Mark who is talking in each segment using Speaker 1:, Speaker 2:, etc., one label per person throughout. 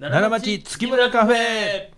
Speaker 1: 奈良町月村カフェ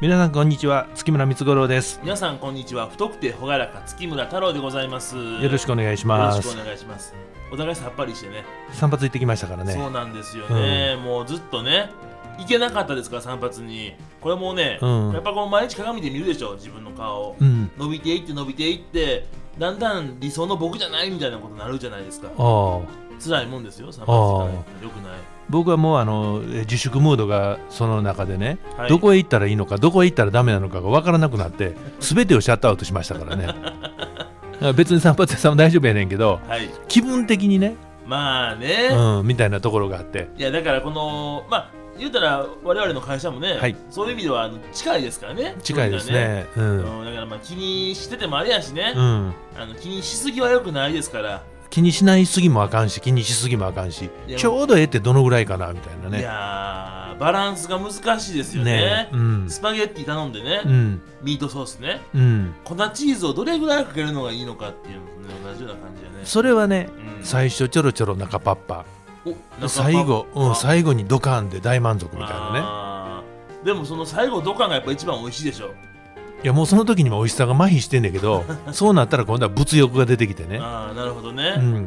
Speaker 1: 皆さんこんにちは月村光五郎です
Speaker 2: 皆さんこんにちは太くて朗らか月村太郎でございます
Speaker 1: よろしくお願いし
Speaker 2: よろ
Speaker 1: ま
Speaker 2: しく
Speaker 1: す
Speaker 2: お願いしますお互いさっぱりしてね
Speaker 1: 散髪行ってきましたからね
Speaker 2: そうなんですよね、もうずっとね行けなかったですから散髪にこれもうね、
Speaker 1: うん
Speaker 2: やっぱこの毎日鏡で見るでしょ自分の顔を、
Speaker 1: うん
Speaker 2: 伸びていって伸びていってだんだん理想の僕じゃないみたいなことになるじゃないですか
Speaker 1: ああ
Speaker 2: 辛いもんですよ散髪行かないよくない
Speaker 1: 僕はもうあのえ自粛ムードがその中でね、
Speaker 2: はい
Speaker 1: どこへ行ったらいいのかどこへ行ったらダメなのかが分からなくなって全てをシャットアウトしましたからね だから別に散髪屋さんも大丈夫やねんけど
Speaker 2: はい
Speaker 1: 気分的にね、
Speaker 2: まあね、
Speaker 1: うん、みたいなところがあって
Speaker 2: いやだからこのまあ言うたら我々の会社もね、
Speaker 1: はいそう
Speaker 2: いう意味ではあの近いですからね
Speaker 1: 近いですねう
Speaker 2: 距離が
Speaker 1: ん、
Speaker 2: ねうんだからまあ気にしててもあれやしね、
Speaker 1: うん、
Speaker 2: あの気にしすぎはよくないですから、
Speaker 1: 気にしないすぎもあかんし気にしすぎもあかんし
Speaker 2: いや
Speaker 1: ちょうどええってどのぐらいかなみたいないね
Speaker 2: やーバランスが難しいですよね
Speaker 1: うん
Speaker 2: スパゲッティ頼んでね、
Speaker 1: うん
Speaker 2: ミートソースね
Speaker 1: うん
Speaker 2: 粉チーズをどれぐらいかけるのがいいのかっていうのとね同じような感じだね
Speaker 1: それはね
Speaker 2: うん
Speaker 1: 最初ちょろちょろ中パッパ
Speaker 2: おなんか
Speaker 1: 最後、
Speaker 2: パッ
Speaker 1: うん、最後にドカンで大満足みたいな
Speaker 2: あーでもその最後ドカンがやっぱ一番美味しいでしょ、
Speaker 1: ねいやもうその時にも美味しさが麻痺してんだけど そうなったら今度は物欲が出てきてね、
Speaker 2: ああなるほどね
Speaker 1: う
Speaker 2: うん
Speaker 1: ん、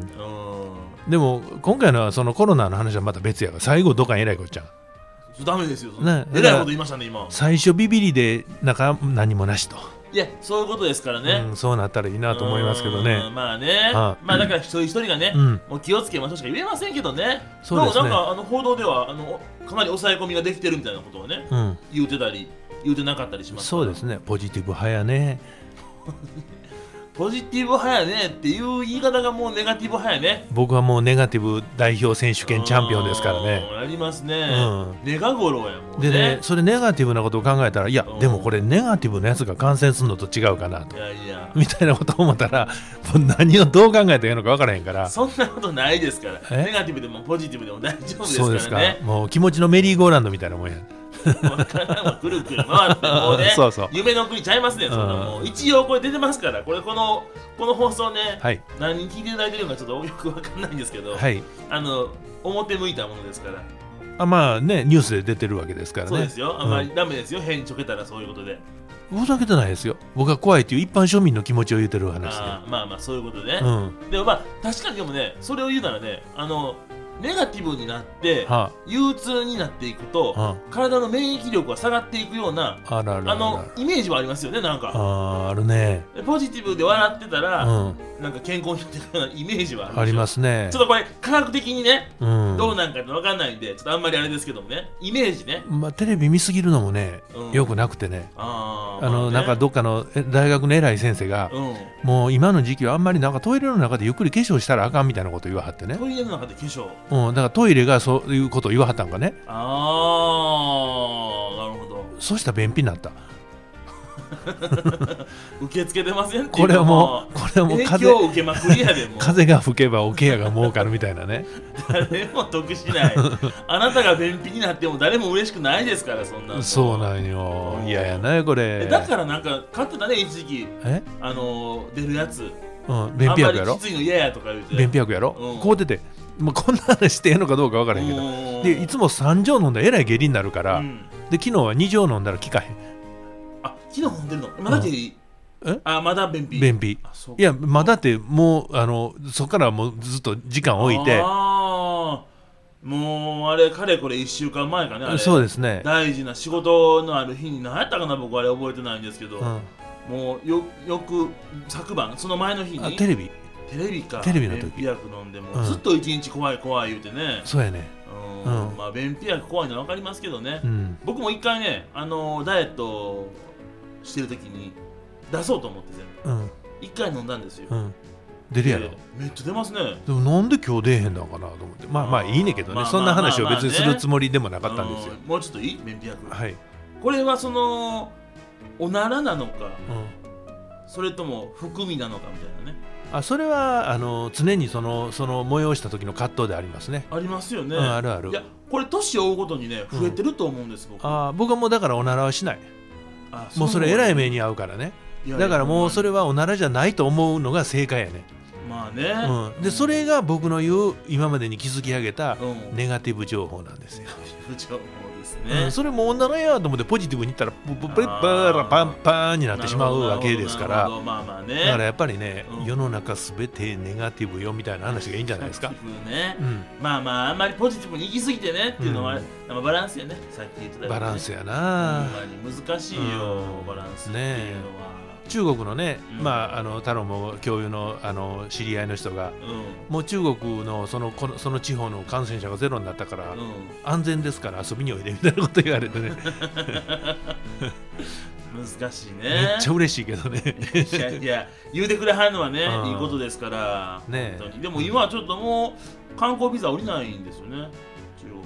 Speaker 1: でも今回のはそのコロナの話はまた別やから最後ドカンえらいこっちゃん
Speaker 2: そうダメですよ。そん
Speaker 1: ね
Speaker 2: なえらいこと言いましたね、今。
Speaker 1: 最初ビビりで中何もなしと、
Speaker 2: いや、そういうことですからね
Speaker 1: う。ん、そうなったらいいなと思いますけど
Speaker 2: うー
Speaker 1: ね
Speaker 2: ん。まあね。
Speaker 1: はい
Speaker 2: まあだから一人一人がね、
Speaker 1: うん
Speaker 2: もう気をつけましょうしか言えませんけどね。
Speaker 1: そうですね
Speaker 2: もなんかあの報道ではあのかなり抑え込みができてるみたいなことをね、
Speaker 1: うん
Speaker 2: 言うてたり、言うてなかったりします。
Speaker 1: そうですねポジティブ派やね
Speaker 2: ポジティブ派やねっていう言い方がもうネガティブ派やね。
Speaker 1: 僕はもうネガティブ代表選手権チャンピオンですから
Speaker 2: う
Speaker 1: ね
Speaker 2: ん。やりますね。
Speaker 1: う
Speaker 2: ネガゴロやもん
Speaker 1: で
Speaker 2: ね。
Speaker 1: ねそれネガティブなことを考えたらいや
Speaker 2: うん
Speaker 1: でもこれネガティブなやつが感染するのと違うかないと
Speaker 2: やいや、
Speaker 1: みたいなことを思ったらもう何をどう考えたらいいのか分からへんから
Speaker 2: そんなことないですから。
Speaker 1: え
Speaker 2: ネガティブでもポジティブでも大丈夫ですからね。
Speaker 1: そうですかもう気持ちのメリーゴーランドみたいなもんや
Speaker 2: わからんわくるくる回ってもうね
Speaker 1: そうそう
Speaker 2: 夢の国ちゃいますねそんなも
Speaker 1: う
Speaker 2: う一応これ出てますからこれこのこの放送ね、
Speaker 1: はい
Speaker 2: 何人聞いていただいてるのかちょっとよくわかんないんですけど、
Speaker 1: はい
Speaker 2: あの表向いたものですから、
Speaker 1: あまあねニュースで出てるわけですからね
Speaker 2: そうですよあんまり
Speaker 1: う
Speaker 2: ダメですよ、変にちょけたらそういうことで
Speaker 1: んふざけてないですよ僕は怖いっていう一般庶民の気持ちを言うてる話
Speaker 2: あーまあまあそういうことで
Speaker 1: で、う
Speaker 2: ね、
Speaker 1: ん
Speaker 2: でもまあ確かにでもねそれを言うならねあのネガティブになって
Speaker 1: は
Speaker 2: 憂鬱になっていくと、
Speaker 1: あ
Speaker 2: 体の免疫力が下がっていくような
Speaker 1: あららら
Speaker 2: あのイメージはありますよねなんか
Speaker 1: あーあるね
Speaker 2: ポジティブで笑ってた
Speaker 1: う
Speaker 2: ら、
Speaker 1: ん
Speaker 2: なんか健康になってるようなイメージはある
Speaker 1: ありますすね
Speaker 2: ちょっとこれ科学的にね
Speaker 1: うん
Speaker 2: どうなんかって分かんないんでちょっとあんまりあれですけどもねイメージね
Speaker 1: まあ、テレビ見すぎるのもね、
Speaker 2: うん
Speaker 1: よくなくてね
Speaker 2: あー
Speaker 1: あの
Speaker 2: ま
Speaker 1: なんかどっかのえ大学の偉い先生が、
Speaker 2: うん
Speaker 1: もう今の時期はあんまりなんかトイレの中でゆっくり化粧したらあかんみたいなこと言わはってね、
Speaker 2: トイレの中で化粧
Speaker 1: うん、だからトイレがそういうことを言わはったんかね
Speaker 2: ああなるほど
Speaker 1: そうしたら便秘になった
Speaker 2: 受け付けてません ってい
Speaker 1: こ
Speaker 2: う
Speaker 1: れ
Speaker 2: の
Speaker 1: はもうこれはもう
Speaker 2: 影
Speaker 1: 風
Speaker 2: 響を受けまくりやでもう
Speaker 1: 風が吹けばおケアが儲かるみたいなね
Speaker 2: 誰も得しないあなたが便秘になっても誰も嬉しくないですからそんなの
Speaker 1: そうなんよ嫌やなこ
Speaker 2: え
Speaker 1: れ
Speaker 2: だからなんか買ってたね一時期
Speaker 1: え、
Speaker 2: あのー出るやつ
Speaker 1: うん、便秘薬や
Speaker 2: あんまり
Speaker 1: ろ
Speaker 2: きついの嫌やとか言うて
Speaker 1: 便秘薬やろ、
Speaker 2: うん
Speaker 1: こう出て、まあ、こんな話してええのかどうか分からへんけど
Speaker 2: うん
Speaker 1: でいつも3錠飲んだらえらい下痢になるから、
Speaker 2: うん
Speaker 1: で昨日は2錠飲んだら効かへん
Speaker 2: あ、昨日飲んでるのまだけい
Speaker 1: うんえ
Speaker 2: あ、まだ便秘。
Speaker 1: 便秘
Speaker 2: あそう
Speaker 1: いやまあだってもうあのそこからはもうずっと時間置いて
Speaker 2: あーもう、あれ、かれこれ1週間前かね。あれ
Speaker 1: そうですね、
Speaker 2: 大事な仕事のある日に何やったかな僕あれ覚えてないんですけど、
Speaker 1: うん、あ
Speaker 2: もうよよく昨晩その前の日に
Speaker 1: テレビ
Speaker 2: テレビか
Speaker 1: テレビの時
Speaker 2: 便秘薬飲んでも、
Speaker 1: うん
Speaker 2: ずっと一日怖い怖い言うてね
Speaker 1: そうやね
Speaker 2: うん
Speaker 1: うん
Speaker 2: まあ便秘薬怖いのは分かりますけどね、
Speaker 1: うん
Speaker 2: 僕も一回ねあのダイエットしてる時に出そうと思って全部
Speaker 1: うん
Speaker 2: 一回飲んだんですよ、
Speaker 1: うん出るやろ、
Speaker 2: いいめっちゃ出ますね
Speaker 1: でもなんで今日出えへんのかなと思ってまあまあ
Speaker 2: あー
Speaker 1: いいねんけどね、
Speaker 2: まあまあ
Speaker 1: そんな話を
Speaker 2: まあまあ
Speaker 1: 別
Speaker 2: ね
Speaker 1: にするつもりでもなかったんですよ、
Speaker 2: うもうちょっといい便秘薬、
Speaker 1: はい、
Speaker 2: これはそのおならなのか
Speaker 1: うん、
Speaker 2: それとも含みなのかみたいなね
Speaker 1: あそれはあの常にそのその催した時の葛藤でありますね
Speaker 2: ありますよね、
Speaker 1: うんあるある
Speaker 2: いやこれ年を追うごとにね増えてると思うんです、僕
Speaker 1: あー僕はもうだからおならはしない
Speaker 2: あ
Speaker 1: もうそれえらい
Speaker 2: い
Speaker 1: 目に遭うからね
Speaker 2: やいや
Speaker 1: だからもうそ
Speaker 2: れ
Speaker 1: れはおならじゃないと思うのが正解やね
Speaker 2: まあね、
Speaker 1: うん、でそれが僕の言う今までに築き上げた
Speaker 2: うん
Speaker 1: ネガティブ情報なんですよ、
Speaker 2: 不調です
Speaker 1: う
Speaker 2: ね
Speaker 1: ん、それも女のやと思ってポジティブにいったらプププ
Speaker 2: あー
Speaker 1: パラパンパンになってしまうわけです
Speaker 2: な
Speaker 1: か
Speaker 2: る
Speaker 1: ら
Speaker 2: ほどまあまあね
Speaker 1: だからやっぱりね、
Speaker 2: うん
Speaker 1: 世の中すべてネガティブよみたいな話がいいんじゃないですか
Speaker 2: ネガ、ティブね
Speaker 1: うん、
Speaker 2: まあまああんまりポジティブに行き過ぎてねっていうのは、
Speaker 1: うん
Speaker 2: まあバランスやねさっき言ってたようにね
Speaker 1: バランスや
Speaker 2: ほ、
Speaker 1: なん
Speaker 2: まに難しいよ、
Speaker 1: うん
Speaker 2: バランスっていうのは、
Speaker 1: 中国のね、
Speaker 2: うん
Speaker 1: まああの太郎も教諭のあの知り合いの人がもう中国のそのこのその地方の感染者がゼロになったから、
Speaker 2: うん、うん
Speaker 1: 安全ですから遊びにおいでみたいなこと言われてね、
Speaker 2: 難しいね
Speaker 1: めっちゃ嬉しいけどね
Speaker 2: いやいや言うてくれはんのはね、
Speaker 1: うん
Speaker 2: いいことですから、
Speaker 1: ねえ
Speaker 2: 本当にでも今はちょっともう観光ビザ降りないんですよね中国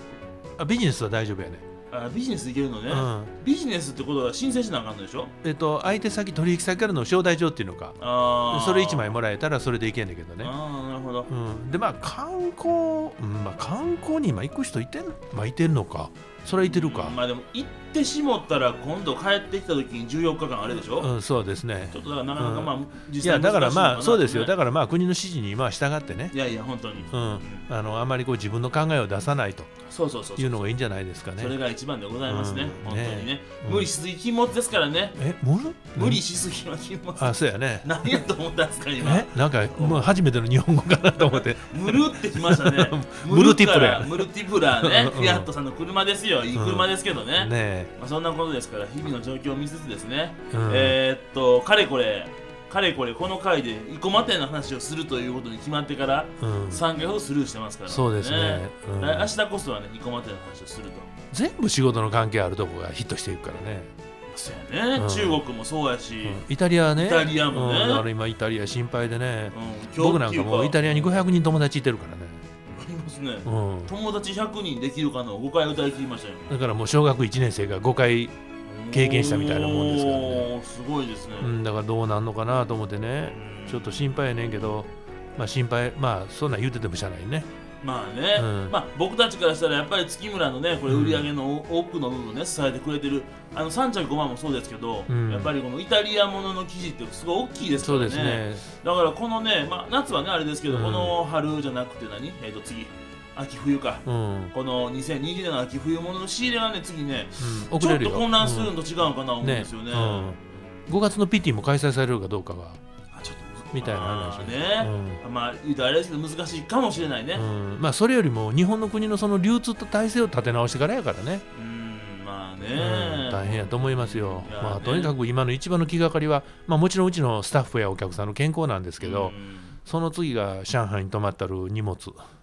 Speaker 1: あビジネスは大丈夫やね、
Speaker 2: あビジネス行けるのね、
Speaker 1: うん、
Speaker 2: ビジネスってことは申請しなあかんのでしょ
Speaker 1: えっと相手先取引先からの招待状っていうのか
Speaker 2: あー
Speaker 1: それ1枚もらえたらそれでいけんだけどね
Speaker 2: ああなるほど
Speaker 1: うん、でまあ観光、うんまあ、観光に今行く人いてん,、まあ、いてんのかそれはいてるか、
Speaker 2: まあでも行ってしもったら今度帰ってきた時に14日間あれでしょ、
Speaker 1: うんそうですね
Speaker 2: ちょっとだからなかなか
Speaker 1: うん
Speaker 2: まあ、実
Speaker 1: いや
Speaker 2: 際難しいの
Speaker 1: だからま
Speaker 2: な
Speaker 1: あそうですよ
Speaker 2: ね
Speaker 1: だからまあ国の指示にまあ従ってね、
Speaker 2: いやいや本当に、
Speaker 1: うん、あのあまりこう自分の考えを出さないと
Speaker 2: そうそうそう
Speaker 1: い
Speaker 2: そう
Speaker 1: うのがいいんじゃないですか
Speaker 2: それ
Speaker 1: ね
Speaker 2: が一番でございますね、
Speaker 1: うん
Speaker 2: 本当にね
Speaker 1: ねうん
Speaker 2: 無理しすぎ禁物ですからね
Speaker 1: え無理
Speaker 2: 無理しすぎは禁物
Speaker 1: あそうやね
Speaker 2: 何やと思ったんですか今
Speaker 1: えなんかもう初めての日本語かなと思って
Speaker 2: ムルってきましたね
Speaker 1: ムルティプラ
Speaker 2: ムルティプラね
Speaker 1: う
Speaker 2: フ
Speaker 1: ん
Speaker 2: ィアットさんの車ですよいい車ですけどね、
Speaker 1: ねえ
Speaker 2: まあ、そんなことですから日々の状況を見つつですね、
Speaker 1: うん
Speaker 2: えーっとかれこれかれこれこの回で生駒店の話をするということに決まってから
Speaker 1: うん、
Speaker 2: 3回ほどスルーしてますから、
Speaker 1: そうですねうん
Speaker 2: 来明日こそはね生駒店の話をすると
Speaker 1: 全部仕事の関係あるとこがヒットしていくからね、
Speaker 2: そうやね、
Speaker 1: うん
Speaker 2: 中国もそうやし、うん
Speaker 1: イタリアね
Speaker 2: イタリアもね
Speaker 1: うんだから今イタリア心配でね、
Speaker 2: 供
Speaker 1: 僕なんかもうイタリアに
Speaker 2: あ
Speaker 1: 500人友達いてるからね、
Speaker 2: りますね、
Speaker 1: うん、
Speaker 2: 友達100人できるかの5回歌い切りましたよ
Speaker 1: だからもう小学1年生が5回、経験したみたいなもんですからね
Speaker 2: おーすごいですね、
Speaker 1: うん、だからどうなんのかなと思ってねちょっと心配やねんけどまあ心配まあそんなん言うててもしゃあないね
Speaker 2: まあね、
Speaker 1: うん
Speaker 2: まあ僕たちからしたらやっぱり月村のねこれ売り上げの多くの部分ね支えてくれてるあの3着5万もそうですけど、
Speaker 1: うん
Speaker 2: やっぱりこのイタリアものの生地ってすごい大きいですか
Speaker 1: そ
Speaker 2: ら
Speaker 1: う
Speaker 2: ね
Speaker 1: ですね
Speaker 2: だからこのね、まあ、夏はねあれですけど、
Speaker 1: うん
Speaker 2: この春じゃなくて何えっ、と次秋冬か
Speaker 1: うん、うん、
Speaker 2: この2020年の秋冬物の仕入れがね次ねち
Speaker 1: 遅
Speaker 2: ょ
Speaker 1: れ
Speaker 2: っ
Speaker 1: るよ
Speaker 2: と混乱するのと違うのかな思うん
Speaker 1: ね
Speaker 2: ですよね,、
Speaker 1: うん、5月の PT も開催されるかどうかは、
Speaker 2: あちょっと
Speaker 1: みたいな
Speaker 2: ま
Speaker 1: 話
Speaker 2: あね、まあ言うとあれですけど難しいかもしれないね、
Speaker 1: うんまあ、それよりも日本の国のその流通と体制を立て直してからやからね、
Speaker 2: うんまあね、
Speaker 1: うん大変やと思いますよ、
Speaker 2: いやー
Speaker 1: まあ、
Speaker 2: ね
Speaker 1: とにかく今の一番の気がかりは、まあ、もちろんうちのスタッフやお客さんの健康なんですけど、
Speaker 2: うん
Speaker 1: その次が上海に泊まったる荷物、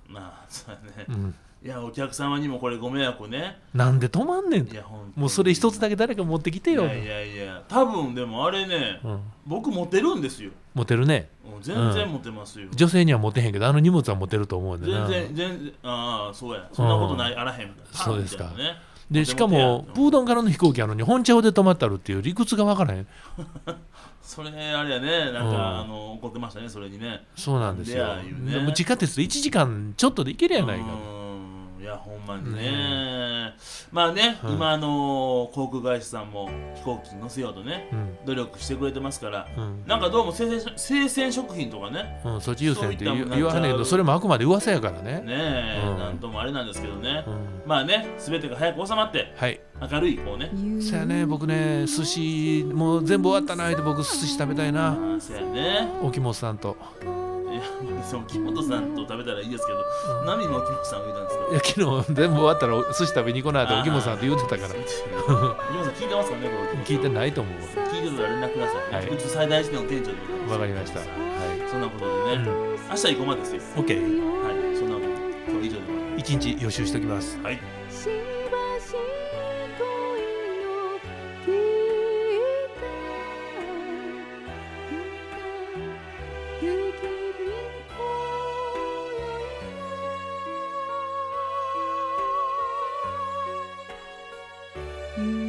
Speaker 2: まあそうだね、
Speaker 1: うん、
Speaker 2: いやお客様にもこれご迷惑をね
Speaker 1: なんで泊まんねん
Speaker 2: いや本当に
Speaker 1: もうそれ一つだけ誰か持ってきて
Speaker 2: い
Speaker 1: よ、
Speaker 2: やいやいや多分でもあれね、
Speaker 1: うん、
Speaker 2: 僕モテるんですよ
Speaker 1: モテるね
Speaker 2: うん全然モテますよ、
Speaker 1: 女性にはモテへんけどあの荷物はモテると思うんで
Speaker 2: 全
Speaker 1: な
Speaker 2: 然全然ああそうやそんなことない、あらへんみたいな
Speaker 1: そうですか
Speaker 2: パンみたいなね
Speaker 1: でしかも
Speaker 2: モテ
Speaker 1: ブードンからの飛行機やのに本町で泊まったるっていう理屈がわからへん
Speaker 2: それあれやねなんか、
Speaker 1: うん
Speaker 2: あの怒ってましたねそれにね
Speaker 1: そうなんですよ
Speaker 2: なんでや言うね
Speaker 1: でも地下鉄で1時間ちょっとで行けるやないか
Speaker 2: うんいやほんまにね
Speaker 1: ね
Speaker 2: まあね、
Speaker 1: うん
Speaker 2: 今あの航空会社さんも飛行機に乗せようとね
Speaker 1: うん
Speaker 2: 努力してくれてますから
Speaker 1: うん
Speaker 2: なんかどうも生鮮食生鮮食品とかね
Speaker 1: うん、そっち優先って言
Speaker 2: そういったも
Speaker 1: うん言わはんねんけどそれもあくまで噂やからね
Speaker 2: ねえ、
Speaker 1: うん
Speaker 2: なんともあれなんですけどね、
Speaker 1: うん、
Speaker 2: まあね全てが早く収まって
Speaker 1: はい
Speaker 2: 明るいこうね
Speaker 1: そやね僕ね寿司もう全部終わったな言うて僕寿司食べたいな
Speaker 2: あそうやね
Speaker 1: 沖本さんと
Speaker 2: いや別に木本さんと食べたらいいですけど、何も木本さん言うたんです
Speaker 1: いや昨日 全部終わったら寿司食べに来ないと沖本さんと言うてたから
Speaker 2: けど木本さん聞いてますかねこれ
Speaker 1: 聞いてないと思う
Speaker 2: 聞いてたら連絡くださいね、
Speaker 1: はいう
Speaker 2: ち最大事の店長でございます
Speaker 1: わかりましたはい
Speaker 2: そんなことでね、
Speaker 1: う
Speaker 2: 明日行こうまでですよ
Speaker 1: OK
Speaker 2: はいそんなことで今日以上で終わりま
Speaker 1: 一日予習しておきます
Speaker 2: すはい
Speaker 3: しばし恋のティーター雪に越え「夕